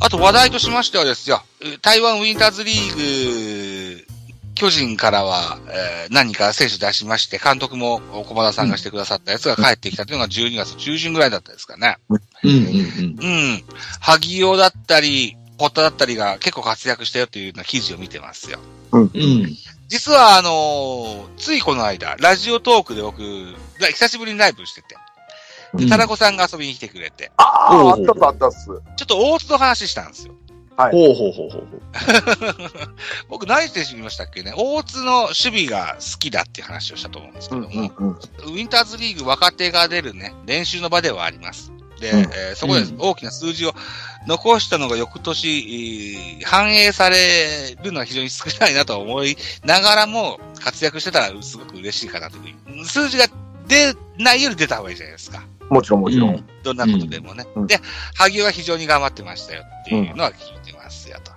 あと話題としましてはですよ、台湾ウィンターズリーグ、巨人からは、えー何人か選手出しまして、監督も駒田さんがしてくださったやつが帰ってきたというのが12月中旬ぐらいだったですかね。うんうんうん。萩尾だったり、堀田だったりが結構活躍したよというような記事を見てますよ。うん。うん。実はあのーついこの間、ラジオトークで僕、ら久しぶりにライブしてて、うんタラコさんが遊びに来てくれて、ああ、あっおうたっすあったっす。ちょっと大津の話したんですよ。ほうほうほうほうほう。 僕何して知りましたっけね大津の守備が好きだっていう話をしたと思うんですけども、うん。ウィンターズリーグ若手が出るね、練習の場ではあります。で、うんえーそこでうん大きな数字を残したのが翌年、えー反映されるのは非常に少ないなと思いながらも活躍してたらすごく嬉しいかなというふうに。数字が出ないより出た方がいいじゃないですか。もちろん、もちろん。どんなことでもね。うんで、萩尾は非常に頑張ってましたよっていうのは聞いてますよと。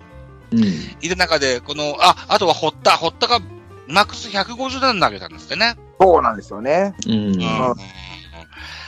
うん。いる中で、この、あ、あとは堀田、堀田がマックス157投げたんですってね。そうなんですよね。ううん。ん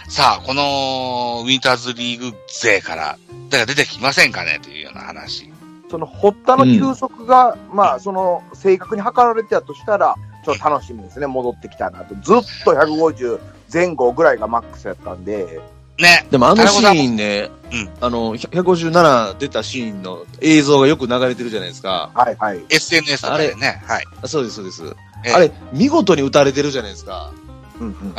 さあ、このウィンターズリーグ勢から、手が出てきませんかねというような話。その、堀田の休息が、まあ、その、正確に測られてたとしたら、ちょっと楽しみですね。戻ってきたなと。ずっと150前後ぐらいがマックスやったんで、ね。でもあのシーンねうん、あの、157出たシーンの映像がよく流れてるじゃないですか。はいはい。 SNS とかでね。はい。あそうです、そうですええ。あれ、見事に打たれてるじゃないですか。うんうん。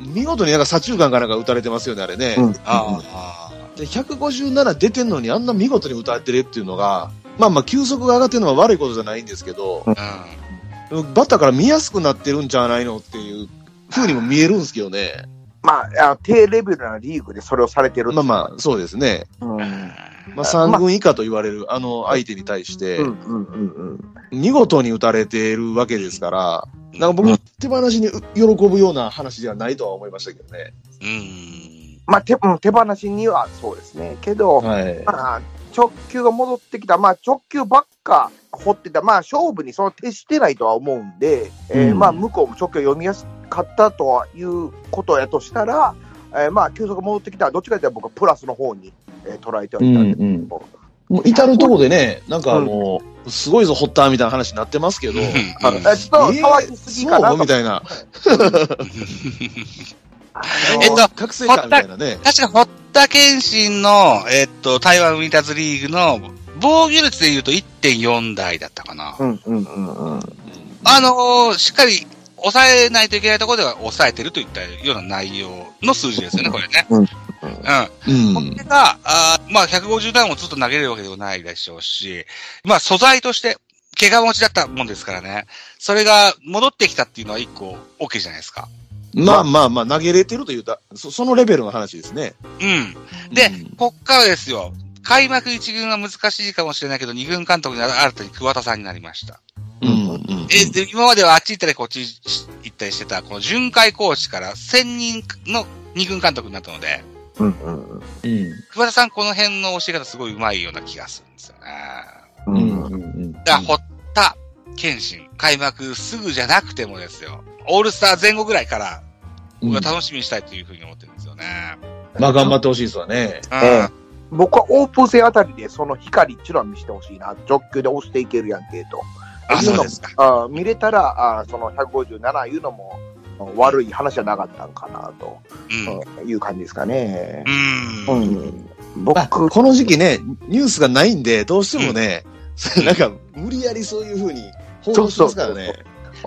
見事になんか左中間かなんか打たれてますよね、あれね。うんあで、157出てんのにあんな見事に打たれてるっていうのが、まあまあ、球速が上がってるのは悪いことじゃないんですけど、あ。バッターから見やすくなってるんじゃないのっていう風にも見えるんですけどね。まああ、低レベルなリーグでそれをされてるってまあまあ、そうですね。うん。 う。うんんまあ、3軍以下と言われる、あの、相手に対してう、んうんうん。見事に打たれてるわけですから、なんかうん僕、手放しにう喜ぶような話ではないとは思いましたけどね。うん。まあ手、うん手放しにはそうですね。けど、はい。まあ、直球が戻ってきた、まあ、直球ばっか掘ってた、まあ、勝負にその徹してないとは思うんで、えーうんまあ、向こうも直球を読みやすかったということやとしたら、えーまあ、球速が戻ってきたら、どっちかというと僕はプラスの方に、えー捉えてはいたんで、ん。もう至るとこでね、なんかもう、すごいぞ、ホッターみたいな話になってますけど、あのえーちょっとえー騒ぎすぎかなそうとみ。たいな。えっと覚醒感みたいなね。確か、堀田健信の、えっと、台湾ウィンターズリーグの防御率で言うと1.4台だったかな。うんうんうんうん。あのーしっかり抑えないといけないところでは抑えてるといったような内容の数字ですよね、これね。うんうん。うこんれ。が、あーまあ、150段をずっと投げれるわけでもないでしょうし、まあ、素材として、怪我持ちだったもんですからね。それが戻ってきたっていうのは一個 OK じゃないですか。まあまあまあ、投げれてるというた、そそのレベルの話ですね。うん。でうん、こっからですよ。開幕1軍は難しいかもしれないけど、2軍監督に新たに桑田さんになりました。うんうんえ、で、今まではあっち行ったりこっち行ったりしてた、この巡回コーチから1000人の二軍監督になったので、うんうん桑田さんこの辺の教え方すごい上手いような気がするんですよね。ううんんうん。うんだから、堀田、謙信、開幕すぐじゃなくてもですよ、オールスター前後ぐらいから、僕は楽しみにしたいというふうに思ってるんですよね。まあ頑張ってほしいですわね。うん。え僕はオープン戦あたりでその光っていうのは見せてほしいな。直球で押していけるやんけと。あ、そうですか。あー見れたら、あーその157いうのもあの悪い話じゃなかったんかなとうん。うんいう感じですかねう。ん。ううんん、まあ、僕、この時期ね、ニュースがないんで、どうしてもね、なんか、無理やりそういうふうに報道しますからね。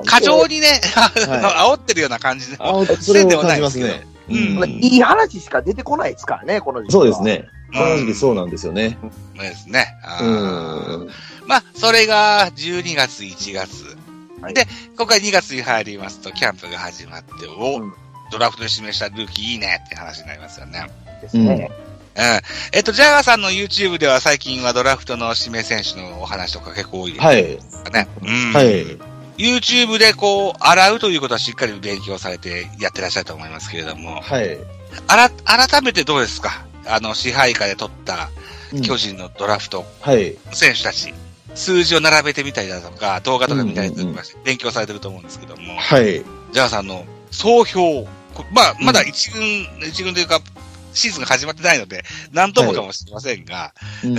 過剰にね、 は煽ってるような感じで。あ、そうそれを感じますね。うんいい話しか出てこないですからね、この時期はそうです。ね。この時期うそうなんですよね。ん。そうですね。あうーん。まあ、それが12月、1月。はいで、今回2月に入りますと、キャンプが始まって、お、うんドラフトで指名したルーキーいいねって話になりますよね。ですね。うん。えっと、ジャガーさんの YouTube では最近はドラフトの指名選手のお話とか結構多いですはい。かね。うん。はい。 YouTube でこう、洗うということはしっかり勉強されてやってらっしゃると思いますけれども、はい。あら、改めてどうですかあの、支配下で取った巨人のドラフト、はい。選手たち、数字を並べてみたりだとか、動画とか見たりだとかして、勉強されてると思うんですけども、はい。ジャガーさんの総評、こまあ、まだ一軍、一軍というか、シーズンが始まってないので、何ともかもしれませんが、うん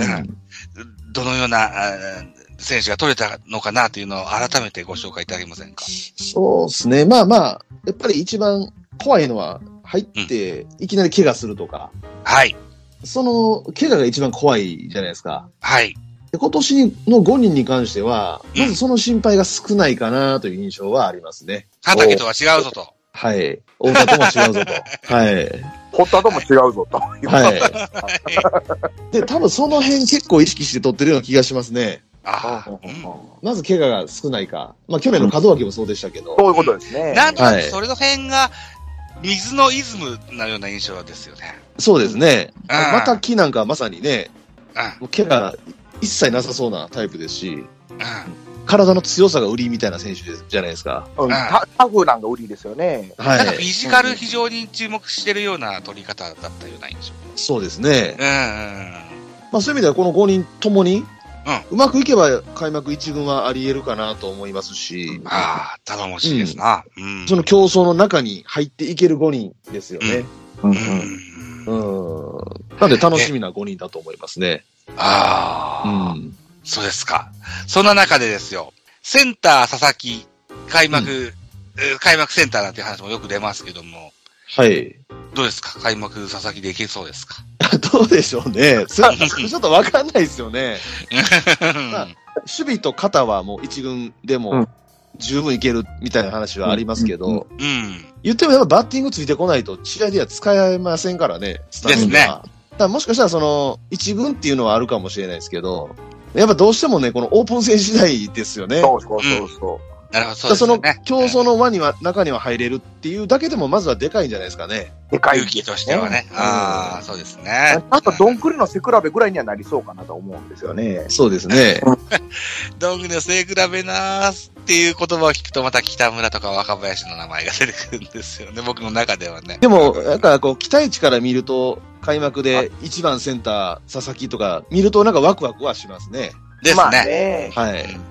どのようなあー選手が取れたのかなというのを改めてご紹介いただけませんか。そうですね。まあまあ、やっぱり一番怖いのは、入って、いきなり怪我するとか、はい。その、怪我が一番怖いじゃないですか。はい。で今年の5人に関しては、うんまずその心配が少ないかなという印象はありますね。畑とは違うぞと。はい。大田とも違うぞ と。はい。ホッタとも違うぞと。 はい。で、多分その辺結構意識して取ってるような気がしますね。ああ、うんそまず怪我が少ないか。まあ去年の門脇もそうでしたけど。ういうことですね。なんとなはくいそれの辺が、水のイズムなような印象ですよね。そうですね。うんまた木なんかはまさにね、うもう怪我一切なさそうなタイプですし、ん。うん。体の強さが売りみたいな選手ですじゃないですか。うんタタフなんか売りですよね。はなんかフィい。ジカル非常に注目してるような取り方だったような印象。そうですねう。ん。まあそういう意味ではこの5人ともに、うまくいけば開幕1軍はあり得るかなと思いますし、ああ、頼もしいですな。うん。その競争の中に入っていける5人ですよね。ううん。うん。なんで楽しみな5人だと思いますね。あうあ、ん。そうですか。そんな中でですよ、センター佐々木、開幕、えー開幕センターなんて話もよく出ますけども、はい。 どうですか開幕佐々木でいけそうですかどうでしょうね。すちょっとわかんないですよね。 あ守備と肩はもう一軍でうもん十分いけるみたいな話はありますけうんうんど、うん。言ってもやっぱバッティングついてこないと試合では使えませんからね、スタメンですねは。だからもしかしたらその一軍っていうのはあるかもしれないですけど、やっぱどうしてもね、このオープン戦次第ですよね。そうそうそうそなるほど、そうでそすよのね。競争の輪には、中には入れるっていうだけでも、まずはでかいんじゃないですかね。う。でかい勇気としてはね。ああ、そうですね。あと、どんくりの背比べぐらいにはなりそうかなと思うんですよね。そうですね。どんぐりの背比べなーっていう言葉を聞くと、また北村とか若林の名前が出てくるんですよね。 僕の中ではね。でも、なんかこう、期待値から見ると、開幕で1番センター、佐々木とか見ると、なんかワクワクはしますね。ですね。まあね。はい。うん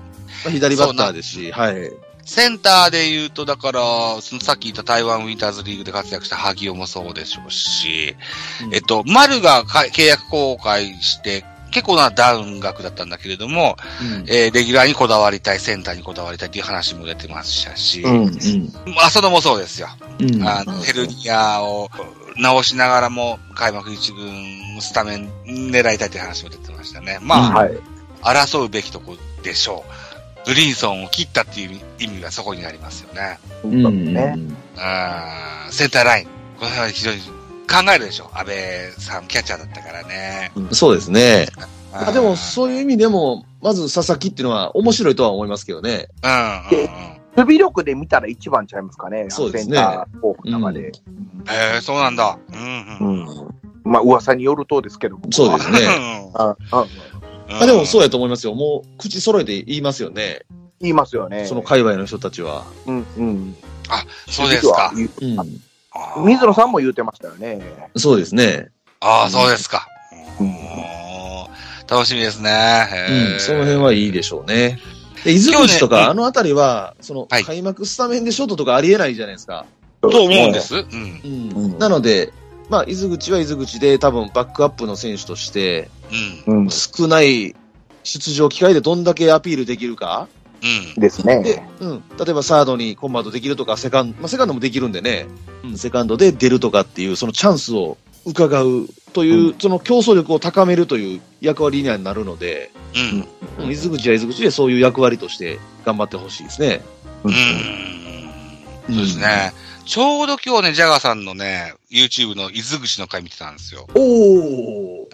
まあ左バッターですし、はい。センターで言うと、だから、そのさっき言った台湾ウィンターズリーグで活躍した萩尾もそうでしょうし、えっと、丸がか契約更改して、結構なダウン額だったんだけれども、うんえーレギュラーにこだわりたい、センターにこだわりたいっていう話も出てましたし、うん、うん、浅野もそうですよ。うん。あの、ヘルニアを直しながらも、開幕一軍スタメン狙いたいって話も出てましたね。まあ、うんはい。争うべきとこでしょう。ブリンソンを切ったっていう意味がそこになりますよね。うん、うそうんね。あーセンターライン。この辺は非常に考えるでしょ。安倍さん、キャッチャーだったからね。うんそうですね。ああでも、そういう意味でも、まず佐々木っていうのは面白いとは思いますけどね。うん、うん、うん。守備力で見たら一番ちゃいますかね。そうですねセンター、フォークの中で。へえ、そうなんだ。うん、うん。うん。まあ、噂によるとですけども。そうですね。ね。ああまあでもそううやと思いますよ。もう口揃えて言いますよね。言いますよね。その界隈の人たちは。うんうん。ん。そうですか。実はうん。あ言ーう水野さんも言うてましたよね。そうですね。あー、そうですか。ううんん楽しみですね。へーうん、その辺はいいでしょうね。で、伊豆口今と日か、ねあのあたりは、その、はい開幕スタメンでショートとかありえないじゃないですか。と思うんで。す。うん。ううんん。なので、まあ、伊豆口は伊豆口で、多分バックアップの選手として、うん。うん。少ない出場機会でどんだけアピールできるか。うん。ですでね。、うん。例えばサードにコンバートできるとか、セカンド、まあ、セカンドもできるんでね、うん、セカンドで出るとかっていう、そのチャンスを伺うという、その競争力を高めるという役割にはなるので、うん。うん、伊豆口は伊豆口でそういう役割として頑張ってほしいですね。ううんん。そうですね。ちょうど今日ね、ジャガーさんのね、YouTube の伊豆口の回見てたんですよ。 おお、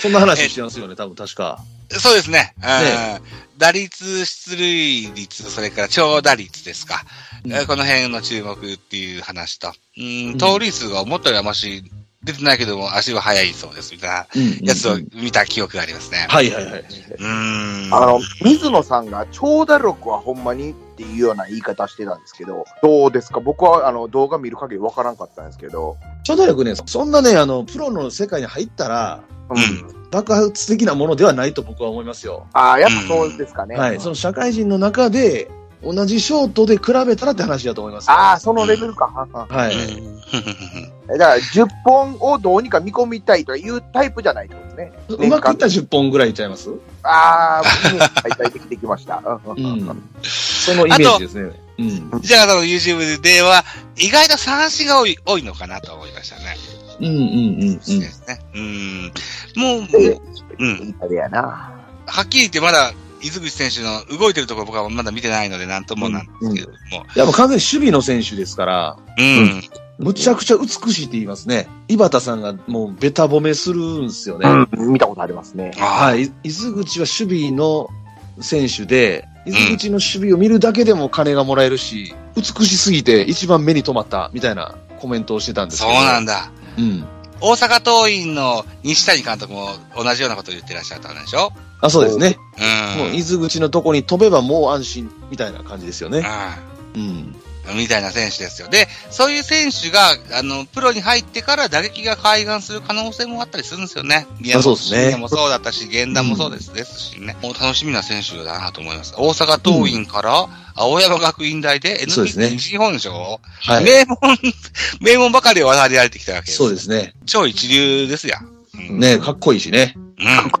そんな話してますよね、多分確か。そうですね。うん打率、出塁率、それから長打率ですか。うんえーこの辺の注目っていう話と。うんうん盗塁数が思ったよりあまし出てないけども足は速いそうですみたいなやつを見た記憶がありますね。はいはいはい。うん。あの、水野さんが長打力はほんまにっていうような言い方してたんですけど、どうですか僕はあの動画見る限りわからんかったんですけど。長打力ね、そんなね、あの、プロの世界に入ったら、ううんん。爆発的なものではないと僕は思いますよ。ああ、やっぱそうですかね。はい。その社会人の中で、同じショートで比べたらって話だと思います。ああ、そのレベルか。はんはんはうい。ん えだから、10本をどうにか見込みたいというタイプじゃないってことね。うまくいったら10本ぐらいいっちゃいますああ、イメージが大体できてきました。うんうんうんそのイメージですね。うん。じゃあ、その YouTube では、意外と三振が多い多いのかなと思いましたね。うんうんうんうん。そうですね。うん。もう、でうん。あれやな。はっきり言ってまだ、伊豆口選手の動いてるところ僕はまだ見てないので、なんともなんですけれども。いや、もう完全に守備の選手ですから、うん。うんむちゃくちゃ美しいって言いますね。井端さんがもうベタ褒めするんですよね。うん、見たことありますね。あはい。伊豆口は守備の選手で、伊豆口の守備を見るだけでも金がもらえるし、美しすぎて一番目に留まったみたいなコメントをしてたんですそけうど。なんだ。だ。うん。大阪桐蔭の西谷監督も同じようなことを言ってらっしゃったんでしょあ、そうですね。うん。もう伊豆口のとこに飛べばもう安心みたいな感じですよね。うん。うん。みたいな選手ですよ。で、そういう選手が、あの、プロに入ってから打撃が開眼する可能性もあったりするんですよね。あそうですね宮本慎也もそうだったし、源田もそうです,、ですしね。もう楽しみな選手だなと思います。大阪桐蔭から、青山学院大で、そうです NBC ね西日本でしょ、はい。名門、 名門ばかりを渡りられてきたわけです。そうですね。超一流ですやん。うん。ねかっこいいしね。うん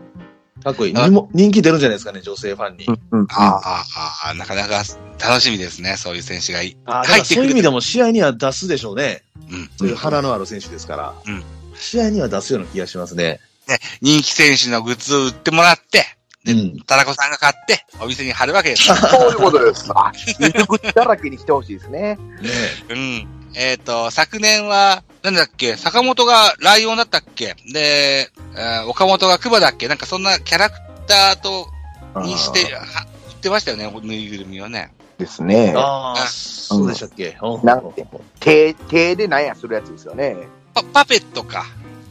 かっこいい。あにも人気出るんじゃないですかね、女性ファンに。うんああああ、なかなか楽しみですね、そういう選手がいい。あだか入らってくそういうる意味でも試合には出すでしょうね。うんそういう花のある選手ですから。うん試合には出すような気がしますね。人気選手のグッズを売ってもらって、でうんタラコさんが買って、お店に貼るわけです。そういうことです。あ、入り口だらけにしてほしいですね。ねうん。えっ、と、昨年は、なんだっけ、坂本がライオンだったっけで、えー岡本がクバだっけなんかそんなキャラクターと、にして、は売ってましたよね、ぬいぐるみをね。ですねああ、あそうでしたっけ。なんて手、手でなんやするやつですよね。パパペットか。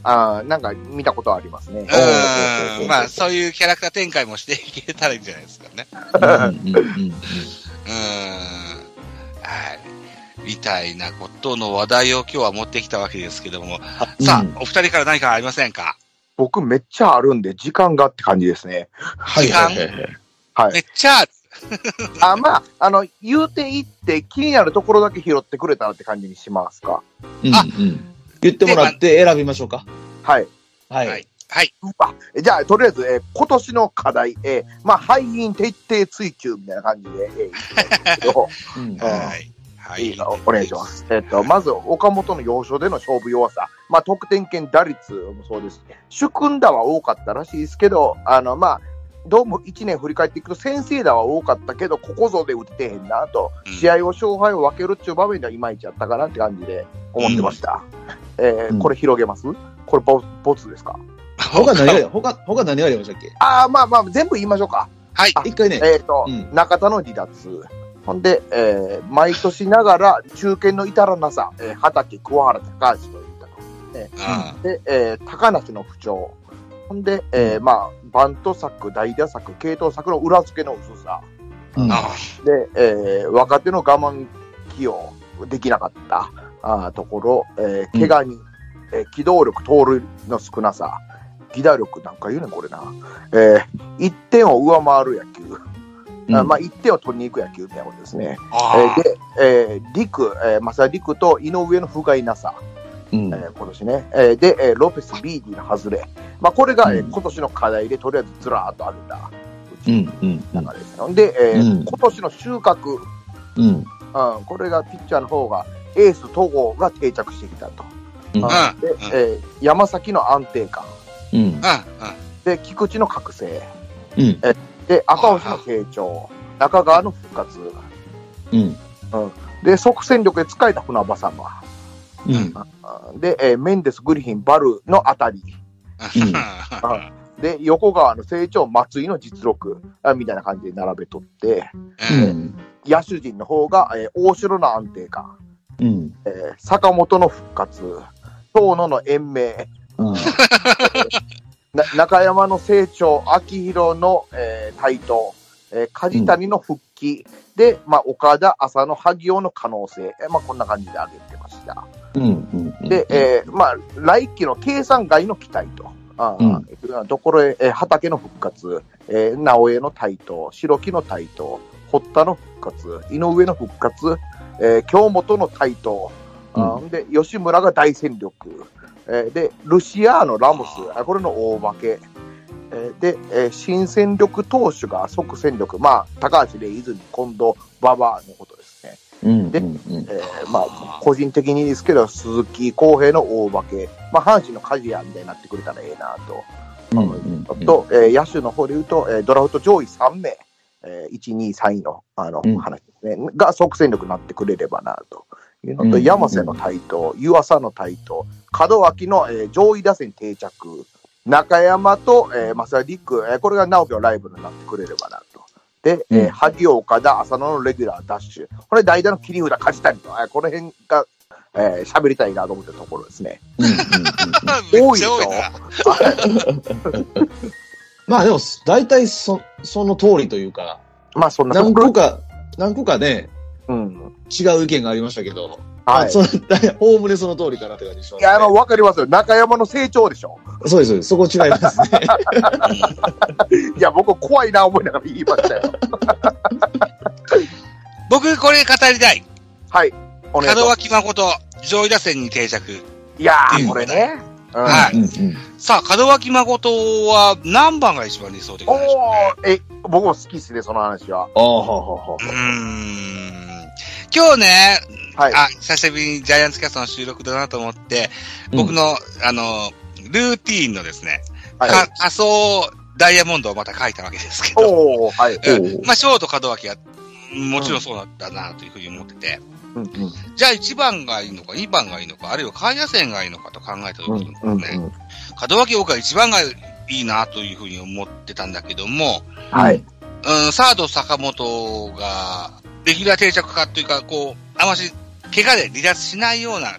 ああ、なんか見たことありますね。ーうん。まあ、そういうキャラクター展開もしていけたらいいんじゃないですかね。うんうんうんうーんはい。みたいなことの話題を今日は持ってきたわけですけども、さあ、うんお二人から何かありませんか僕めっちゃあるんで、時間がって感じですね。はいはいはいはい。はいめ。っちゃ、あ、まあ、あの、言うていって気になるところだけ拾ってくれたらって感じにしますか。うんうん言ってもらって選びましょうか。はい。ははいい。はい。あじゃあ、とりあえず、えー今年の課題、えーまあ、敗因徹底追求みたいな感じで、えーいきたいんですけどうんあーはい。はいいいか。おお願いしま。す。えっ、と、まず、岡本の要所での勝負弱さ、まあ、得点圏打率もそうです。主君打は多かったらしいですけど、あの、まあ、どうも1年振り返っていくと、先生打は多かったけど、ここぞで打てへんなと、うん試合を勝敗を分けるっていう場面ではいまいちやったかなって感じで思ってました。えうーんこれ広げますこれボ、ボツですか他何がや、他、他何がやりましたっけああ、まあまあ、全部言いましょうか。はい。一回ね、えっ、と、うん中田の離脱。ほんで、えー毎年ながら中堅の至らなさ、えー畑、桑原、高橋といったと。あで、えー高梨の不調。ほんで、えーまあ、バント策、代打策、系統策の裏付けの薄さ。うんあで、えー若手の我慢起用できなかったあーところ、えー怪我人、えー機動力、盗塁の少なさ、技打力なんか言うねん、これな。え1点を上回る野球。うんあまあ、1点を取りに行く野球みたいなことですね。えあーで、えー、陸、えー、正陸と井上の不甲斐なさ、うんえー今年ね。えーで、えーロペス、ビーディの外れ。まあ、これが、えーうん今年の課題で、とりあえずずらーっと上げた。うんうんうん中ですね。で、えーうん今年の収穫、うんうん、これがピッチャーの方が、エース、戸郷が定着してきたと。うんうんで、うんえー山崎の安定感。うんうで、菊池の覚醒。うんで、赤星の成長。中川の復活。うんで、即戦力で使えた船場様。うんんうんで、えーメンデス、グリフィン、バルの当たり。ん。うん。で、横川の成長、松井の実力。あみたいな感じで並べとって、うん野手陣の方が、えー大城の安定感。うんえー坂本の復活。遠野の延命。うんな中山の成長、秋広の、えー台頭、えー梶谷の復帰、で、まあ、岡田、浅野、萩尾の可能性、えーまあ、こんな感じで挙げてました。うんうんで、えーまあ、来期の計算外の期待と。あうんーいうようなところへ、えー畑の復活、えー直江の台頭、白木の台頭、堀田の復活、井上の復活、えー京本の台頭、あーで吉村が大戦力、えーでルシアーノ・ラモス、あこれの大負け、えーで、えー新戦力投手が即戦力、まあ、高橋で泉、近藤、馬場のことですね。うんでうんうんえーまあ、個人的にですけど、鈴木康平の大化け、まあ、阪神の鍛冶屋みたいになってくれたらええなと。うんうんうんと、えー野手の方で言うと、えードラフト上位3名、えー1、2、3位のあの、うん話ですね、が即戦力になってくれればなというのと、うんうん山瀬の台頭、湯浅の台頭、門脇の、えー上位打線定着、中山と、えー、マサリック、えーこれが直樹のライブルになってくれればなと。で、えーうん萩尾岡田、浅野のレギュラーダッシュ、これ代打の切り札、梶谷と、えーこの辺が、えー喋りたいなと思ったところですね。うんうんうんまあめっ多いちゃぞ多いな。まあでも、大体そ、その通りというか、まあ、そんなと何ころ。個か、何個かね、うん。違う意見がありましたけど、はい。その大おおむねその通りかなって感じします、いや、まあ、わかりますよ。中山の成長でしょ。そうです、そうです。そこ違いますね。いや、僕、怖いな思いながら言いましたよ。僕、これ語りたい。はい。お願いし門ま脇誠、上位打線に定着。す。いやうー、んこれね。うんはうんうんさあ、門脇誠は何番が一番理想的おなんでしょー、え、僕も好きっすね、その話は。ああ、はあはあはううーん。今日ね、はい。あ、久しぶりにジャイアンツキャストの収録だなと思って、うん僕の、あの、ルーティーンのですね、はいか。仮想ダイヤモンドをまた書いたわけですけど、おー、はい。あ。うんおうまあ、ショート門脇は、うんもちろんそうだったなというふうに思ってて、うんうんじゃあ1番がいいのか、2番がいいのか、あるいは下位打線がいいのかと考えた時にですね、うんうんうん門脇岡1番がいいなというふうに思ってたんだけども、はい。うん、サード坂本が、レギュラー定着化というか、こう、あまし、怪我で離脱しないような、っ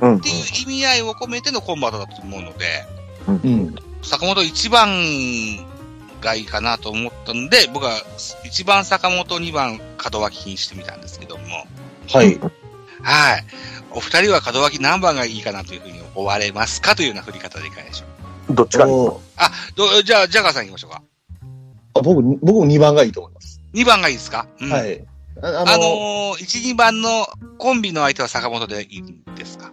うんうんていう意味合いを込めてのコンバートだと思うので、うん。坂本1番がいいかなと思ったんで、僕は1番坂本、2番門脇にしてみたんですけども、はい。はい。お二人は門脇何番がいいかなというふうに追われますかというような振り方でいかがでしょうどっちがいいおうどじゃあ、ジャガーさん行きましょうか。あ僕、僕も2番がいいと思います。 2番がいいですか、うんはい。あああの、のー、1、2番のコンビの相手は坂本でいいんですか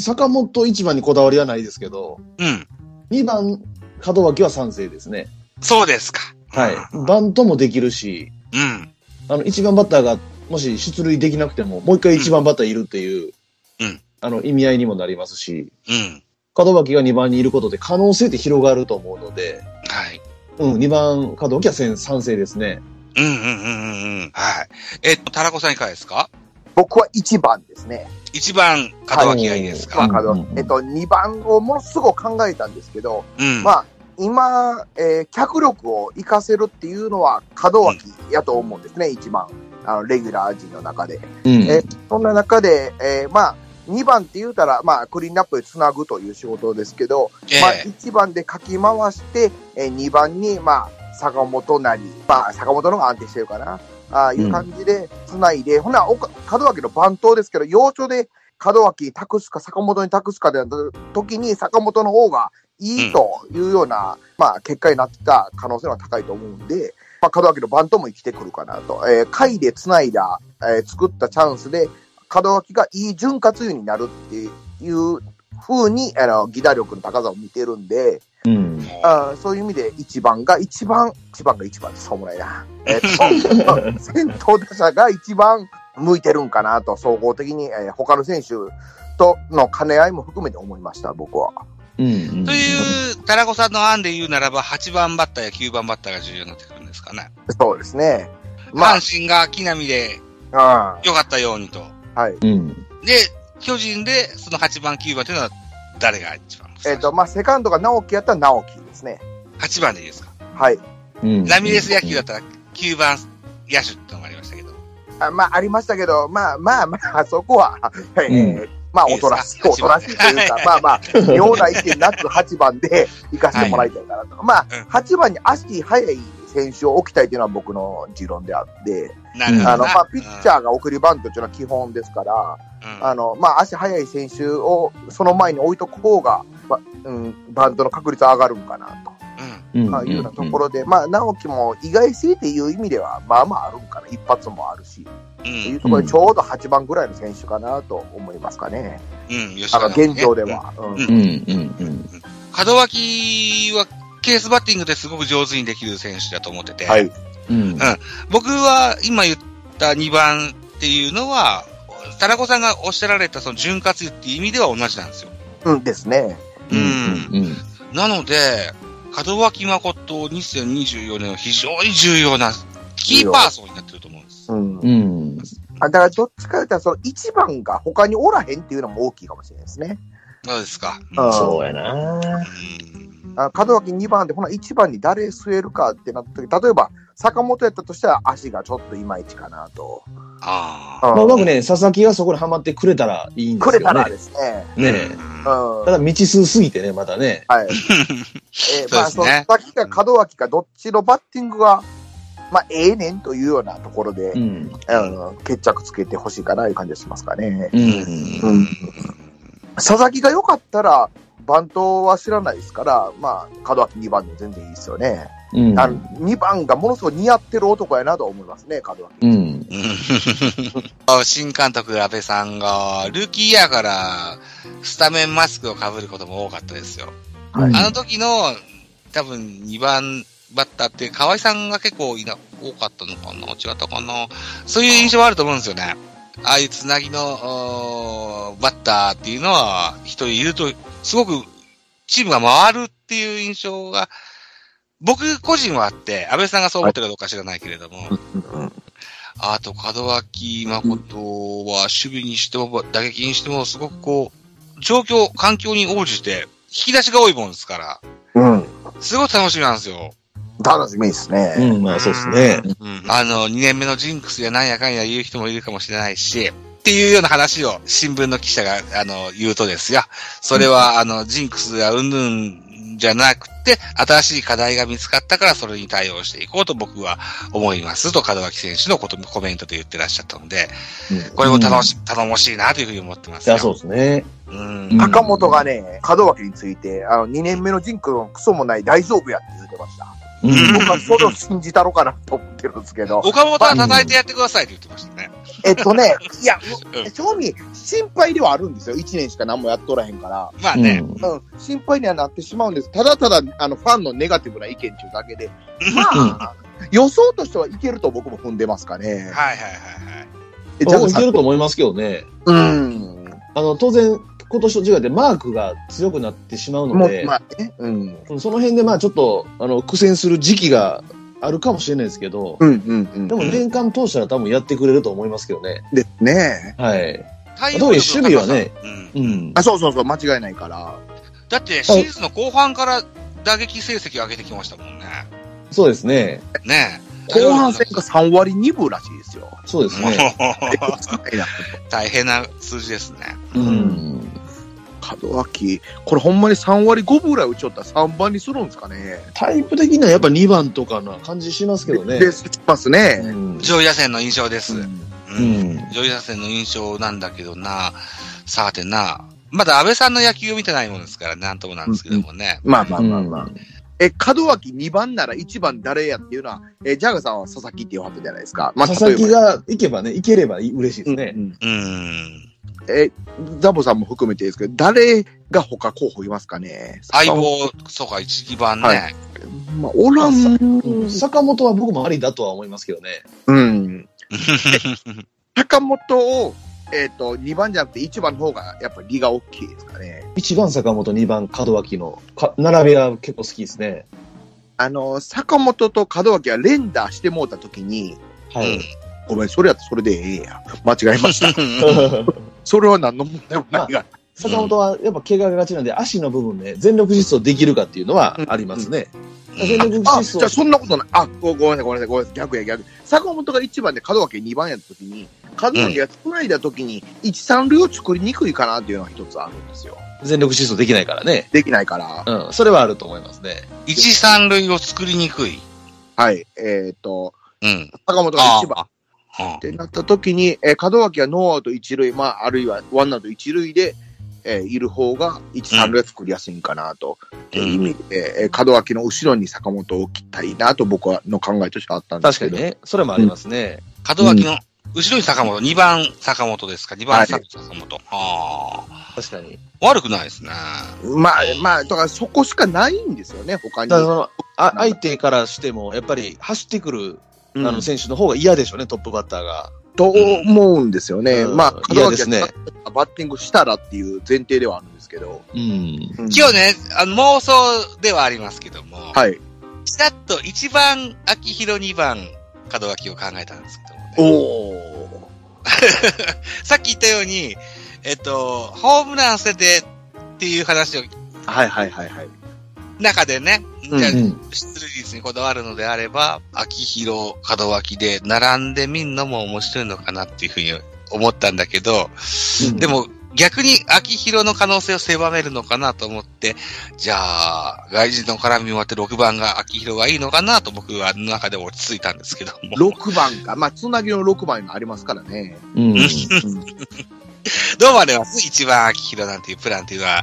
坂本1番にこだわりはないですけど、うん。 2番、門脇は賛成ですね。そうですか。はい。バントもできるし、うん。あの、1番バッターが、もし出塁できなくても、もう一回1番バッターいるっていう、うんあの、意味合いにもなりますし、うん。門脇が2番にいることで可能性って広がると思うので、はい。うん、2番門脇は先賛成ですね。うんうんうんうんうん。はい。えっと、タラコさんいかがですか僕は1番ですね。一番、門脇がいいですまか、あうあんのうんうんえっと、2番をものすごく考えたんですけど、うん。まあ、今、えー脚力を活かせるっていうのは門脇やと思うんですね、1番。あの、レギュラー陣の中で。うん。えそんな中で、えーまあ、2番って言うたら、まあ、クリーンアップでつなぐという仕事ですけど、ええまあ、1番でかき回して、えー2番に、まあ、坂本なり、まあ、坂本の方が安定してるかな、ああいう感じでつないで、ほな、おか門脇の番頭ですけど、要所で門脇に託すか、坂本に託すかでなった時に、坂本の方がいいというような、まあ、結果になってた可能性は高いと思うんで、まあ、門脇のバントも生きてくるかなと。えー、回で繋いだ、えー作ったチャンスで、門脇がいい潤滑油になるっていう風に、あの、ギダ力の高さを見てるんで、うん。あーそういう意味で一番が一番、一番が一番ってそうもないな。えーっと、先頭打者が一番向いてるんかなと、総合的に、えー他の選手との兼ね合いも含めて思いました、僕は。うん。という、タラコさんの案で言うならば、8番バッターや9番バッターが重要になってくるんですかね。そうですね。ま阪神が木浪であ、良かったようにと。うん、はい。うん。で、巨人で、その8番、9番というのは、誰が一番ですかえーっと、まあ、セカンドが直樹やったら直樹ですね。 8番でいいですかはい。うん。ラミレス野球だったら、9番野手ってのがありましたけど。あまあ、ありましたけど、まあまあまあ、 そこは、えーまあ、いいおですか となしく、おとなしくというか、まあまあ、妙な意見なく8番で行かせてもらいたいかなと。まあ、8番に足早い選手を置きたいというのは僕の持論であって、なるほどな。あの、まあ、ピッチー、ャーが送りバントというのは基本ですから、うんあの、まあ、足早い選手をその前に置いとく方が、まうん、バントの確率は上がるんかなと。うんまあ、いうようなところで、まあ、直樹も意外性っていう意味では、まあまああるんかな、一発もあるし、うっていんう。ところで、ちょうど8番ぐらいの選手かなと思いますかね、うん。吉あ川直の樹ね現状で。は。うんうんうんうんうん。門脇はケースバッティングですごく上手にできる選手だと思ってて。はい、うん僕は今言った2番っていうのは、タラコさんがおっしゃられたその潤滑油っていう意味では同じなんですよ。うんですね。うん。うんなので、門脇誠2024年は非常に重要なキーパーソンになってると思うんです。うんう、ん。あだから、どっちか言ったら、その1番が他におらへんっていうのも大きいかもしれないですね。どうですかうんそうやな。うんあ門脇2番で、ほな1番に誰据えるかってなった時、例えば坂本やったとしたら足がちょっといまいちかなと。あうあ。んまあ、うまくね、佐々木がそこにはまってくれたらいいんですくけれどたらね。ですね。ねうえんう。ん。ただ未知数すぎてね、またね。 はい。えーまあ、そそうのですね先か門脇かどっちのバッティングが、まあ、ええねんというようなところで、うん。うん決着つけてほしいかなという感じがしますかね。う。うんん佐々木が良かったら、番頭は知らないですから、まあ、門脇2番でも全然いいですよね。うん。あの2番がものすごい似合ってる男やなと思いますね、門脇。うん。うん 新監督、安倍さんが、ルーキーイヤーからスタメンマスクをかぶることも多かったですよ。はいうんあの時の、多分2番バッターって、河合さんが結構いな、多かったのかな違ったかなそういう印象はあると思うんですよね。ああいうつなぎの、おーバッターっていうのは、一人いると、すごく、チームが回るっていう印象が、僕個人はあって、安倍さんがそう思ってるかどうか知らないけれども、あと、門脇誠は守備にしても、打撃にしても、すごくこう、状況、環境に応じて、引き出しが多いもんですから、うん。すごい楽しみなんですよ。楽しみですね。うん、まあそうですね。うんあの、2年目のジンクスやなんやかんや言う人もいるかもしれないし、っていうような話を新聞の記者が、あの、言うとですよ。それは、あの、ジンクスやうんぬんじゃなくて、新しい課題が見つかったからそれに対応していこうと僕は思いますと、門脇選手のことコメントで言ってらっしゃったので、これも楽し、頼もしいなというふうに思ってますいよ。や、そうですね。うん。高本がね、門脇について、あの、2年目のジンクのクソもない大丈夫やって言ってました。うん僕はそれを信じたろかなと思ってるんですけど、岡本は叩いてやってくださいって言ってましたね。えっとね、いやうん、正味、心配ではあるんですよ。1年しか何もやっとらへんから。まあね。んうん、心配にはなってしまうんです。ただただ、あの、ファンのネガティブな意見っていうだけで。まあ、予想としてはいけると僕も踏んでますかはね。いはいはいはい。えジャ僕グいさけんると思いますけどね。うん。あの、当然、今年と違ってマークが強くなってしまうものう、で、まあね。うん。うんその辺でまあちょっと、あの、苦戦する時期があるかもしれないですけど、うんうんうん。でも年間通したら多分やってくれると思いますけどね。ですね。はい。対特に守備はねうんうん。あ、そうそうそう、間違いないから。だって、シーズンの後半から打撃成績上げてきましたもんね。そうですね。ねえ。後半戦が3割2分らしいですよ。そうですね。もいやう 大変な数字ですね。うん。門脇、これほんまに3割5分ぐらい打ちよったら3番にするんですかね。タイプ的にはやっぱ2番とかな感じしますけどね。で、打ちますうね。ん。上位打線の印象です。ううんん。上位打線の印象なんだけどな、さてな、まだ安倍さんの野球を見てないもんですから、なんともなんですけどもね。まあまあうんまあまあ。え、門脇2番なら1番誰やっていうのは、えジャガーさんは佐々木っていうわけじゃないですか。まあ、佐々木例えばが行けばね、行ければ嬉しいですねう。んうん。え、ザボさんも含めてですけど、誰が他候補いますかね相。棒、そうか、一2番はね。まあ、おらうんん。坂本は僕もありだとは思いますけどね。 うん。坂本を、えっ、と、2番じゃなくて1番の方が、やっぱり利が大きいですかね。 1番坂本、2番門脇のか並びは結構好きですね。あの、坂本と門脇は連打してもうたときに、はい。ごめん、それやったらそれでええや。間違えました。それは何の問題もないが。坂本はやっぱ怪我がちなんで、足の部分ね、全力疾走できるかっていうのはありますね。全力疾あ、走じゃあそんなことない。あ、ごごめんなさい、ごめんなさい、ごめんなさい。逆や、逆。坂本が1番で門脇2番やった時に、門脇が少ないだ時に、1、3塁を作りにくいかなっていうのが一つあるんですよ。全力疾走できないからね。できないから。うん。それはあると思いますね。 一、三塁を作りにくい。はい。えっ、と、うん。坂本が1番ああってなった時に、えー門脇はノーアウト1塁、まあ、あるいはワンアウト1塁で、えーいる方が1、3列作りやすいんかなと、うんいう意味で、えー門脇の後ろに坂本を置きたいなと僕はの考えとしてあったんです確かけにど。ね、それもありますね。門脇の、後ろに坂本、2番坂本ですか ?2 番坂本。ああ。確かに。悪くないですね。まあ、まあ、だからそこしかないんですよね、他に。ただそのあ、相手からしても、やっぱり走ってくる、あうのん選手の方が嫌でしょうね、トップバッターが。と思うんですよね。うんまあ、嫌ですね門脇がバッティングしたらっていう前提ではあるんですけど。うん。うん今日ね、あの妄想ではありますけども、はい。ちらっと1番秋広、2番門脇を考えたんですけどもね、おお。さっき言ったように、えっと、ホームラン捨ててっていう話のはいはいはいはい。中でね、じゃあ出う塁率にこだわるのであれば、秋広、門脇で並んでみんのも面白いのかなっていうふうに思ったんだけど、うんでも逆に秋広の可能性を狭めるのかなと思って、じゃあ、外人の絡みを終わって6番が秋広がいいのかなと僕はあの中で落ち着いたんですけども。 6番か。まあ、つなぎの6番もありますからね。うん。どうもあります一番秋広なんていうプランっていうのは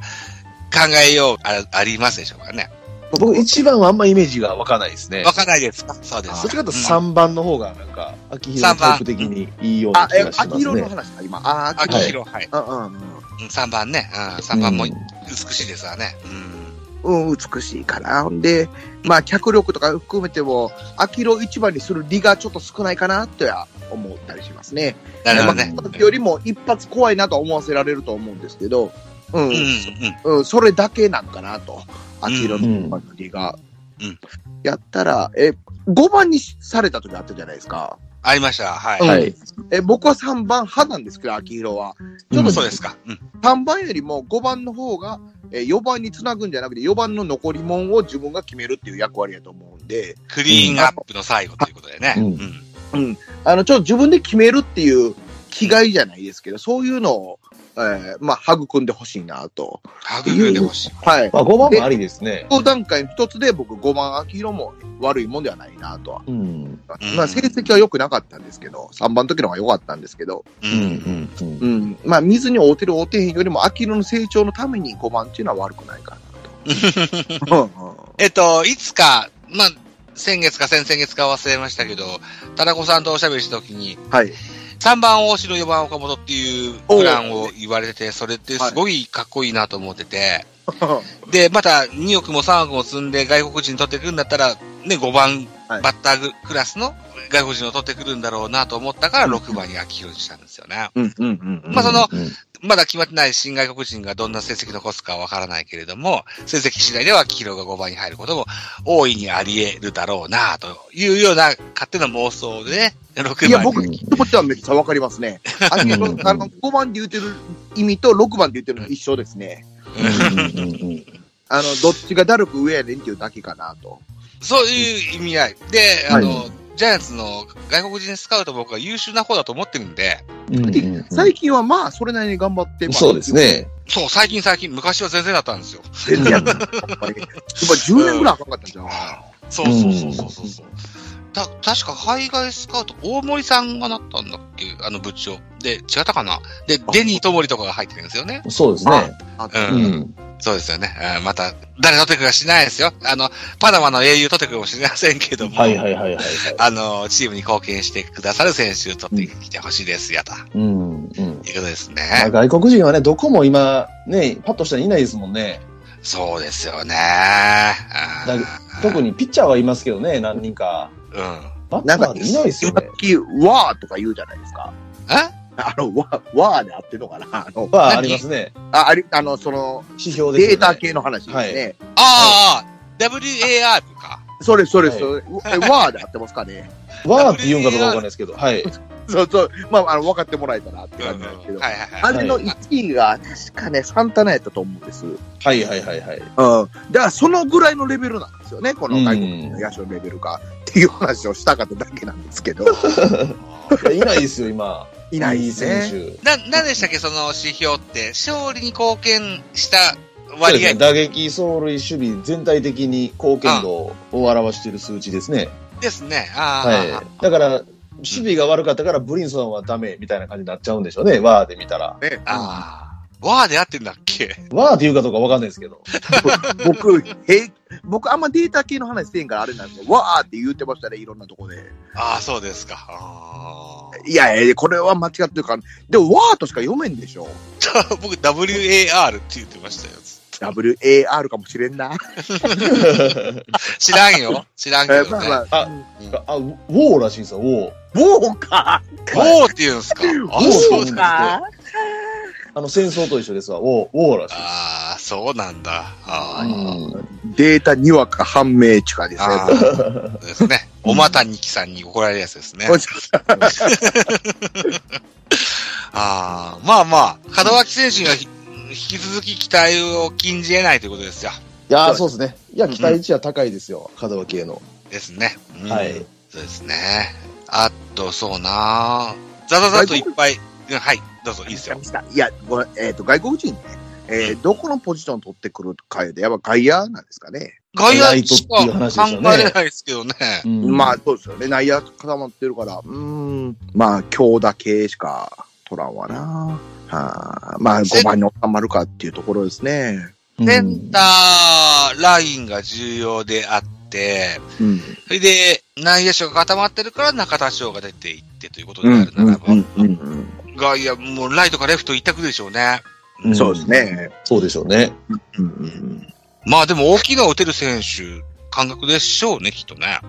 考えようあありますでしょうかね。僕、1番はあんまイメージがわかんないですね。わかんないですかそうです。どっちかというと3番の方が、なんか、秋広のタイプ的にいいようあな、気えが、しま秋す色ねの。話か、今。あ、うん秋秋色。広、はい。うんうんうん3番ね。うん、3番も美しいですわね。うん。うん。うん、美しいから。ほんで、まあ、脚力とか含めても、秋色一番にする利がちょっと少ないかな、とは思ったりしますね。なるほどまねあ。その時よりも一発怖いなと思わせられると思うんですけど、うんうん、うん、うん、それだけなんかなと、秋色うんの番の利が。うんやったら、え、5番にされた時あったじゃないですか。ありました。はい。うんはい。え、僕は3番派なんですけど、秋色は。ちょっうとんそうですか。うん。 3番よりも5番の方が、えー4番につなぐんじゃなくて、4番の残りもんを自分が決めるっていう役割やと思うんで、クリーンアップの最後ということでね。ううんん。うん、あのちょっと自分で決めるっていう気概じゃないですけど、そういうのを、えーまあ、育んでほしいなと。育んでほしい。はい。まあ、5番もありですね。この段階の一つで僕5番秋広も悪いもんではないなとは。うん。うんまあ、成績は良くなかったんですけど、3番の時の方が良かったんですけど、う。うんん。うん。うん。まあ、水に合うてる合うてへんよりも、秋広の成長のために5番っていうのは悪くないかなと。 うんうんえっと、いつか、まあ、先月か先々月か忘れましたけど、タラコさんとおしゃべりしたときに、 はい。 3番大城、4番岡本っていうプランを言われてて、それってすごいかっこいいなと思ってて、で、また2億も3億も積んで外国人取ってくるんだったら、ね、5番はいバッタークラスの外国人を取ってくるんだろうなと思ったから、6番に秋広にしたんですよね。うんうんうんうんまあそのうん、まだ決まってない新外国人がどんな成績残すかわからないけれども、成績次第ではキロが5番に入ることも大いにあり得るだろうな、というような勝手な妄想でね、い6や、番僕、に。気持ちはめっちゃわかりますね。あの、うんあの5番で言ってる意味と6番で言ってるの一緒ですね。うんうんうんあの、どっちがだるく上やねんっていうだけかなと。そういう意味合い。で、あの、はジャイアンツの外国人スカウト僕は優秀な方だと思ってるんで、うんうんうん最近はまあ、それなりに頑張ってます。そうですね。そう、最近最近、昔は全然だったんですよ。全然やっぱり。やっぱ10年ぐらいあかんかったんじゃん。そうそうそうそうそうそう。た、確か海外スカウト、大森さんがなったんだっけあの部長。で、違ったかなで、デニー・ともりとかが入ってるんですよね。そうですね。あうんうん。そうですよね。えーまた、誰取ってくるかしないですよ。あの、パナマの英雄取ってくるかもしれませんけども、はいはいはいはいはい。あの、チームに貢献してくださる選手を取ってきてほしいですやと、うん。うん。いうことですまあね。外国人はね、どこも今、ね、パッとしたらいないですもんね。そうですよね。あー特にピッチャーはいますけどね、何人か。うん。バッなタんかー、いないですよ今ね。時、わーとか言うじゃないですか。えあの、わー、わーで合ってるのかなあの、はありますね。あ、あり、あの、その、指標ですよね。データ系の話ですね。あー、あー WAR か。それ、それ、それ、えわーで合ってますかね わーって言うんかどうかわかんないですけど。はい。そうそう、まあ、あの、分かってもらえたらってうんうん感じなんではすけいど。はいあはい。れの1位が、確かね、サンタナやったと思うんです。うん。はいはいはいはい。だから、そのぐらいのレベルなんですよね、この外国人の野手のレベルが。っていう話をしたかっただけなんですけど、いやいないですよ、今。いないでいすね。選手。な、なんでしたっけその指標って、勝利に貢献したそうで割すね。合。打撃、走塁、守備、全体的に貢献度を表している数値ですね。ですね。あーはい。だから、守備が悪かったから、ブリンソンはダメみたいな感じになっちゃうんでしょうね、ワーで見たら。ねあー。WAR で合ってるんだっけけわーって言うかどうかわかんないですけど。僕、へい僕あんまデータ系の話せんからあれなんですよ。わーって言ってましたね、いろんなとこで。ああ、そうですか。あーいや、えーこれは間違ってるから。でも、わーとしか読めんでしょ。 僕、WAR って言ってましたよ。 WAR かもしれんな。知らん よ。知らんえけーどまね。あまあ、あ、ウォーらしいんですよ、ウォー。もうか。おーって言うん すか。あ、そうウォーだ。なんですってあの、戦争と一緒ですわ、ウォー、ウォーらしいです。ああ、そうなんだ。うあんデータにわか判明中ーですね。あー、そうですね。おまたにきさんに怒られるやつですね。ああ、まあまあ、門脇選手にはひ引き続き期待を禁じ得ないということですよ。いやー、そうですね。いや、期待値は高いですよ、門脇への。ですね。うんはい。そうですね。あと、そうなザザザといっぱい。うんはい、どうぞ、いいですよ。いや、ごめんえっ、と、外国人ね、えーどこのポジション取ってくるかで、やっぱ外野なんですかね。外ラ野イトっしてかいう話で考すよねえれないですけどね。うんまあ、、そうですよね。内野固まってるから、うーん、まあ、強打系しか取らんわな。はあ、まあ、5番に収まるかっていうところですね。うんセンターラインが重要であって、うん。それで、内野手が固まってるから中田翔が出ていってということになるならば、うん外野、もうライトかレフト一択でしょうね。うんそうですね。そうでしょうね。うんうんまあでも大きいのを打てる選手、感覚でしょうね、きっとね。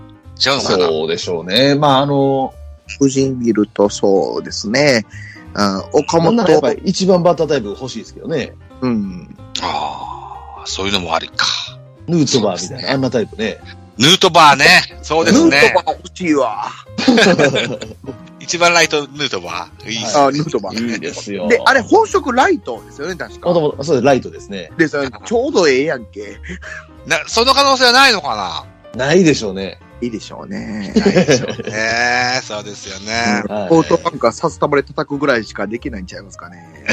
違うのかなそうでしょうね。まあ、あの、夫人見るとそうですね。あ岡なんならやっぱ本、り一番バッタータイプ欲しいですけどね。うん。ああ、そういうのもありか。ヌートバーみたいな、あんなタイプね。ヌートバーね。そうですヌーねト。バー欲しいわ。一番ライト、ヌートバー。いいっすねあヌートバー。いいですよ。で、あれ、本職ライトですよね、確もとか。もと、そうです、ライトですね。ですよねちょうどええやんけ。なその可能性はないのかなないでしょうね。いいでしょうね。ないでしょうね。そうですよね。はいポートバンカーさすたまで叩くぐらいしかできないんちゃいますかね。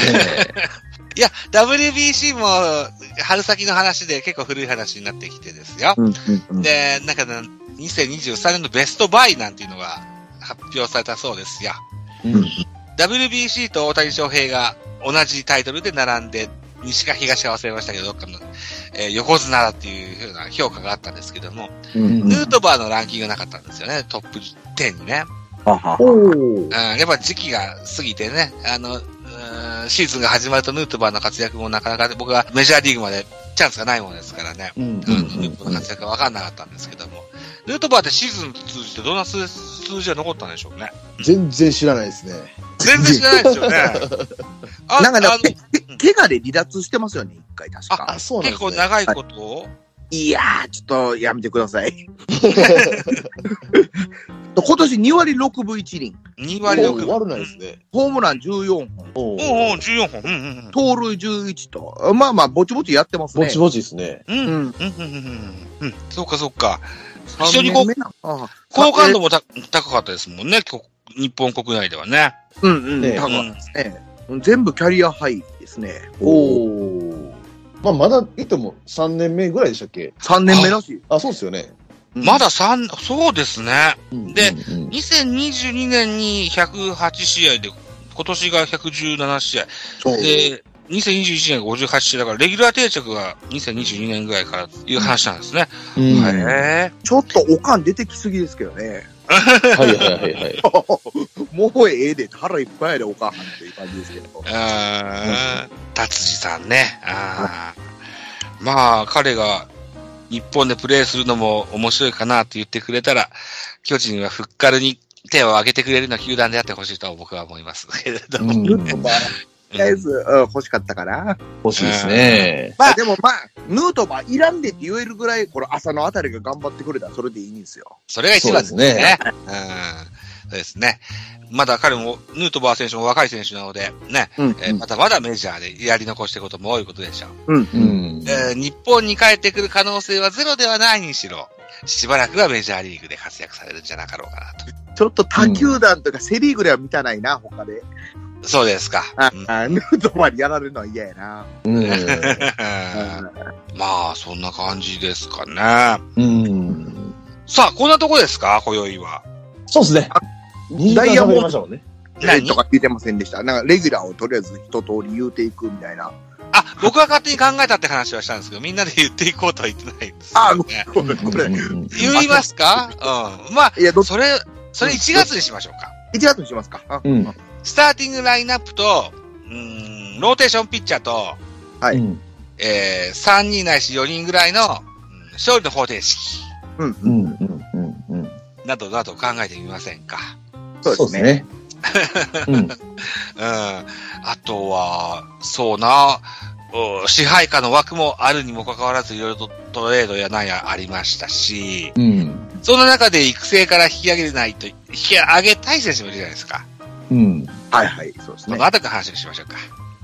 いや、WBC も春先の話で結構古い話になってきてですよ。で、でなんかね、2023年のベストバイなんていうのが発表されたそうですよ。うん。 WBC と大谷翔平が同じタイトルで並んで、西か東か忘れましたけど、どっかの、えー横綱だっていうふうな評価があったんですけども、うんヌートバーのランキングがなかったんですよね、トップ10にね。ははおはうん、ーやっぱ時期が過ぎてね、あの、うーんシーズンが始まるとヌートバーの活躍もなかなか僕はメジャーリーグまでチャンスがないものですからね、うんあのヌートバーの活躍が分かんなかったんですけども、ヌートバーってシーズン通じてどんな数数字が残ったんでしょうね。全然知らないですね。全然知らないですよ ね。あなんかねあの、け怪我で離脱してますよね、一回確かあ。そうなん結です構ね。長いことを、いやー、ちょっとやめてください。今年2割6分1厘、 2割お6ー分。悪ないですね。ホームラン14本、おうんうん、ー14本。うん盗塁11と、まあまあ、ぼちぼちやってますね。ぼちぼちですね。うん。うん。うん、うん、うんうん。うん。うん、そうか、そうか。 3非常にこ年目なああ好感度もた高かったですもんね、こ日本国内ではね。うんうん、ね高かったですね。全部キャリアハイですね。おーまあ、まだ言っても3年目ぐらいでしたっけ3年目らしい。あ、そうですよね。うんまだ3、そうですね。うんで、うんうん2022年に108試合で、今年が117試合。そうで、2021年が58試合だから、レギュラー定着が2022年ぐらいからいう話なんですね。うんへはいはいえ。ちょっとおかん出てきすぎですけどね。 はいはい。もうええで、腹いっぱいやで、おかんっていう感じですけどう。ーん。達治さんね。あーまあ、彼が日本でプレーするのも面白いかなって言ってくれたら、巨人はふっかるに手を挙げてくれるような球団であってほしいと僕は思いますけれども。うんヌートバー、とりあえず、うん欲しかったかな。欲しいですね。まあでもまあ、ヌートバーいらんでって言えるぐらい、この朝のあたりが頑張ってくれたらそれでいいんですよ。それが一番ですね。うん。そうですね。まだ彼も、ヌートバー選手も若い選手なので、ね、うんえーまだまだメジャーでやり残していくことも多いことでしょう。うんう。ん。えー日本に帰ってくる可能性はゼロではないにしろ、しばらくはメジャーリーグで活躍されるんじゃなかろうかなと。ちょっと他球団とかセリーグでは満たないな、他で。そうですか。あうんあヌートバーにやられるのは嫌やな。うん。まあ、そんな感じですかね。うん。さあ、こんなとこですか今宵は。そうですね。2時間喋りましたもんね。えーとか言ってませんでした。なんかレギュラーをとりあえず一通り言うていくみたいな。あ、あ、僕は勝手に考えたって話はしたんですけど、みんなで言っていこうとは言ってないんですあよ、ーごね。これ、これ。うんうんうん言いますかうん。まあ、いや、どっち、それ、それ1月にしましょうか。 1月にしますか。あうんスターティングラインナップと、うーん、ローテーションピッチャーと、はいうんえー、3人ないし4人ぐらいの、うん勝利の方程式、うん、うんうんうんうんなどなど考えてみませんか。そうですね。ね。うんうん。あとは、そうな、うん支配下の枠もあるにもかかわらず、いろいろとトレードやなんやありましたし、うんその中で育成から引き上げないと、引き上げたい選手もいるじゃないですか。うんはいはい、そうですそねの。後の話をしましょうか。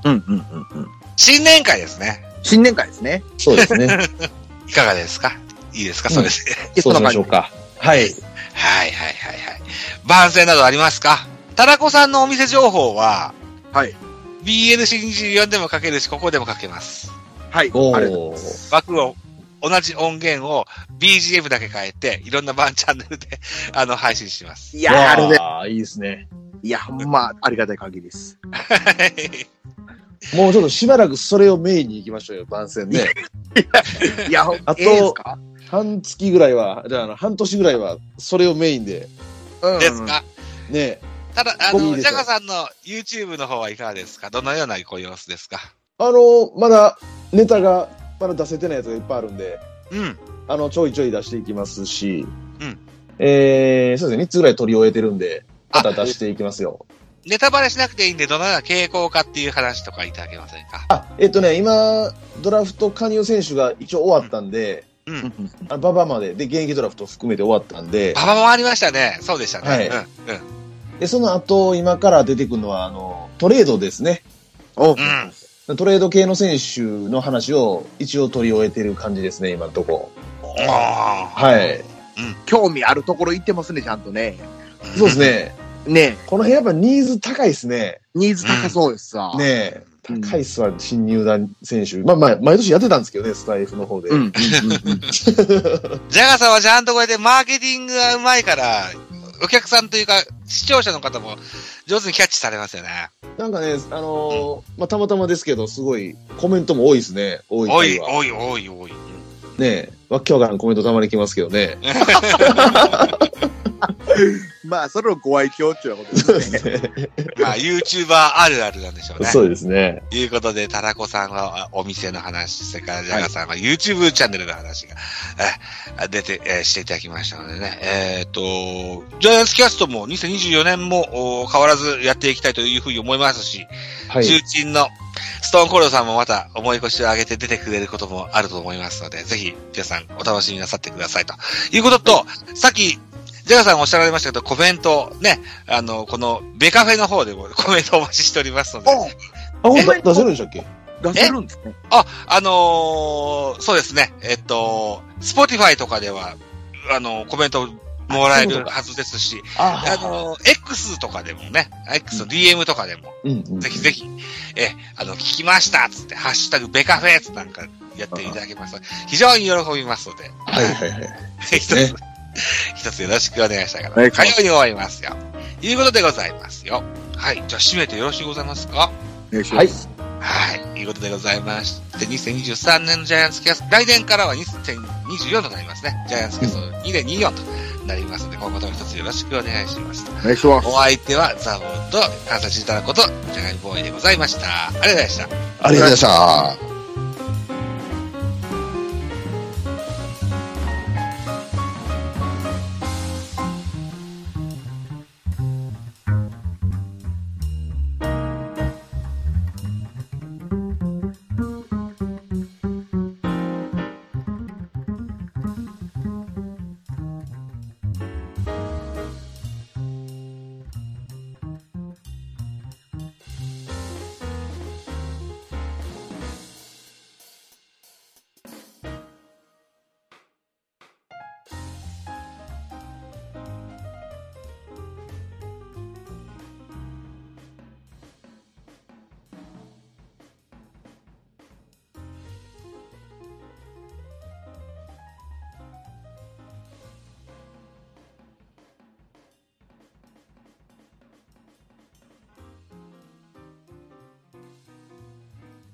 うん、うん、うん、うん。新年会ですね。新年会ですね。そうですね。 いかがですかいいですかうんそれで。すそうしましょうか。はい。はいはいはいはい。番宣などありますかタラコさんのお店情報は、はい。 BNC24 でも書けるし、ここでも書けます。はい。おありがとおうございます。ー。枠を、同じ音源を BGM だけ変えて、いろんな番チャンネルで、 あの、配信します。 いやー、あれね。ああ、いいですね。いや、ほんま、ありがたい限りです。もうちょっとしばらくそれをメインに行きましょうよ、番 宣ね。いや、ほんあとええですか半月ぐらいは、じゃああの、半年ぐらいは、それをメインで、うんですかね。ただ、あここいいの、でジャすよガさんの YouTube の方はいかがですかどのようなご様子ですかあの、まだ、ネタが、まだ出せてないやつがいっぱいあるんで、うん。あの、ちょいちょい出していきますし、うんえー、そうですね、3つぐらい取り終えてるんで、また出していきますよ。ネタバレしなくていいんで、どのような傾向かっていう話とかいただけませんかあ、えっとね、今、ドラフト加入選手が一応終わったんで、うん。あの馬場まで、で、現役ドラフト含めて終わったんで、ババもありましたね。そうでしたね。はいうん。うん。で、その後、今から出てくるのは、あの、トレードですね。おううんトレード系の選手の話を一応取り終えてる感じですね、今のとこ。あはい。興味あるところ行ってますね、ちゃんとね。あそうです。ね。ねえこの辺やっぱニーズ高いですね。ニーズ高そうですわ。ねえ。うん高いっすわ、新入団選手。まあまあ、毎年やってたんですけどね、スタイフの方で。うん、うん、うんうん。 ジャガさんはちゃんとこうやってマーケティングがうまいから、お客さんというか、視聴者の方も上手にキャッチされますよね。なんかね、あのーまあたまたまですけど、すごいコメントも多いですね。多いおい、回はおい、おい、おい。ねえ。わっきわからんコメントたまに来ますけどね。 まあ、それをご愛嬌っていうようなことですね。まあ、YouTuber あるあるなんでしょうね。 そうですね。ということで、タラコさんはあお店の話、それからジャガさんは YouTube チャンネルの話が、え出て、えしていただきましたのでね。えっ、と、ジャイアンツキャストも2024年もお変わらずやっていきたいというふうに思いますし、はい。重鎮のストーンコールドさんもまた思い越しを上げて出てくれることもあると思いますので、ぜひ皆さんお楽しみなさってくださいということと、さっき、ジャガさんおっしゃられましたけど、コメントね、あの、このベカフェの方でも コメントお待ちしておりますので、おあ、ほんと出せるんでしたっけ出せるんですね。あ、あのーそうですね、えっと、スポティファイとかでは、あの、コメントもらえるはずですし、ああの、X とかでもね、X の DM とかでも、うんうんぜひぜひ、え、あの、聞きましたっつって、ハッシュタグベカフェっつなんかやっていただけますと、非常に喜びますので、はいはいはい。一つ、ね一つよろしくお願いしたいかお願ら、いしま火す曜に終わりますよ。ということでございますよ。はい。じゃあ、締めてよろしゅうございますかよいしょはい。はい。ということでございまして、2023年のジャイアンツキャスト、来年からは2024となりますね。ジャイアンツキャスト2024となりますので、今後とも一つよろしくお願いします。お願いします。お相手はザボーと関西人たらこと、ジャガイモボーイでございました。ありがとうございました。ありがとうございました。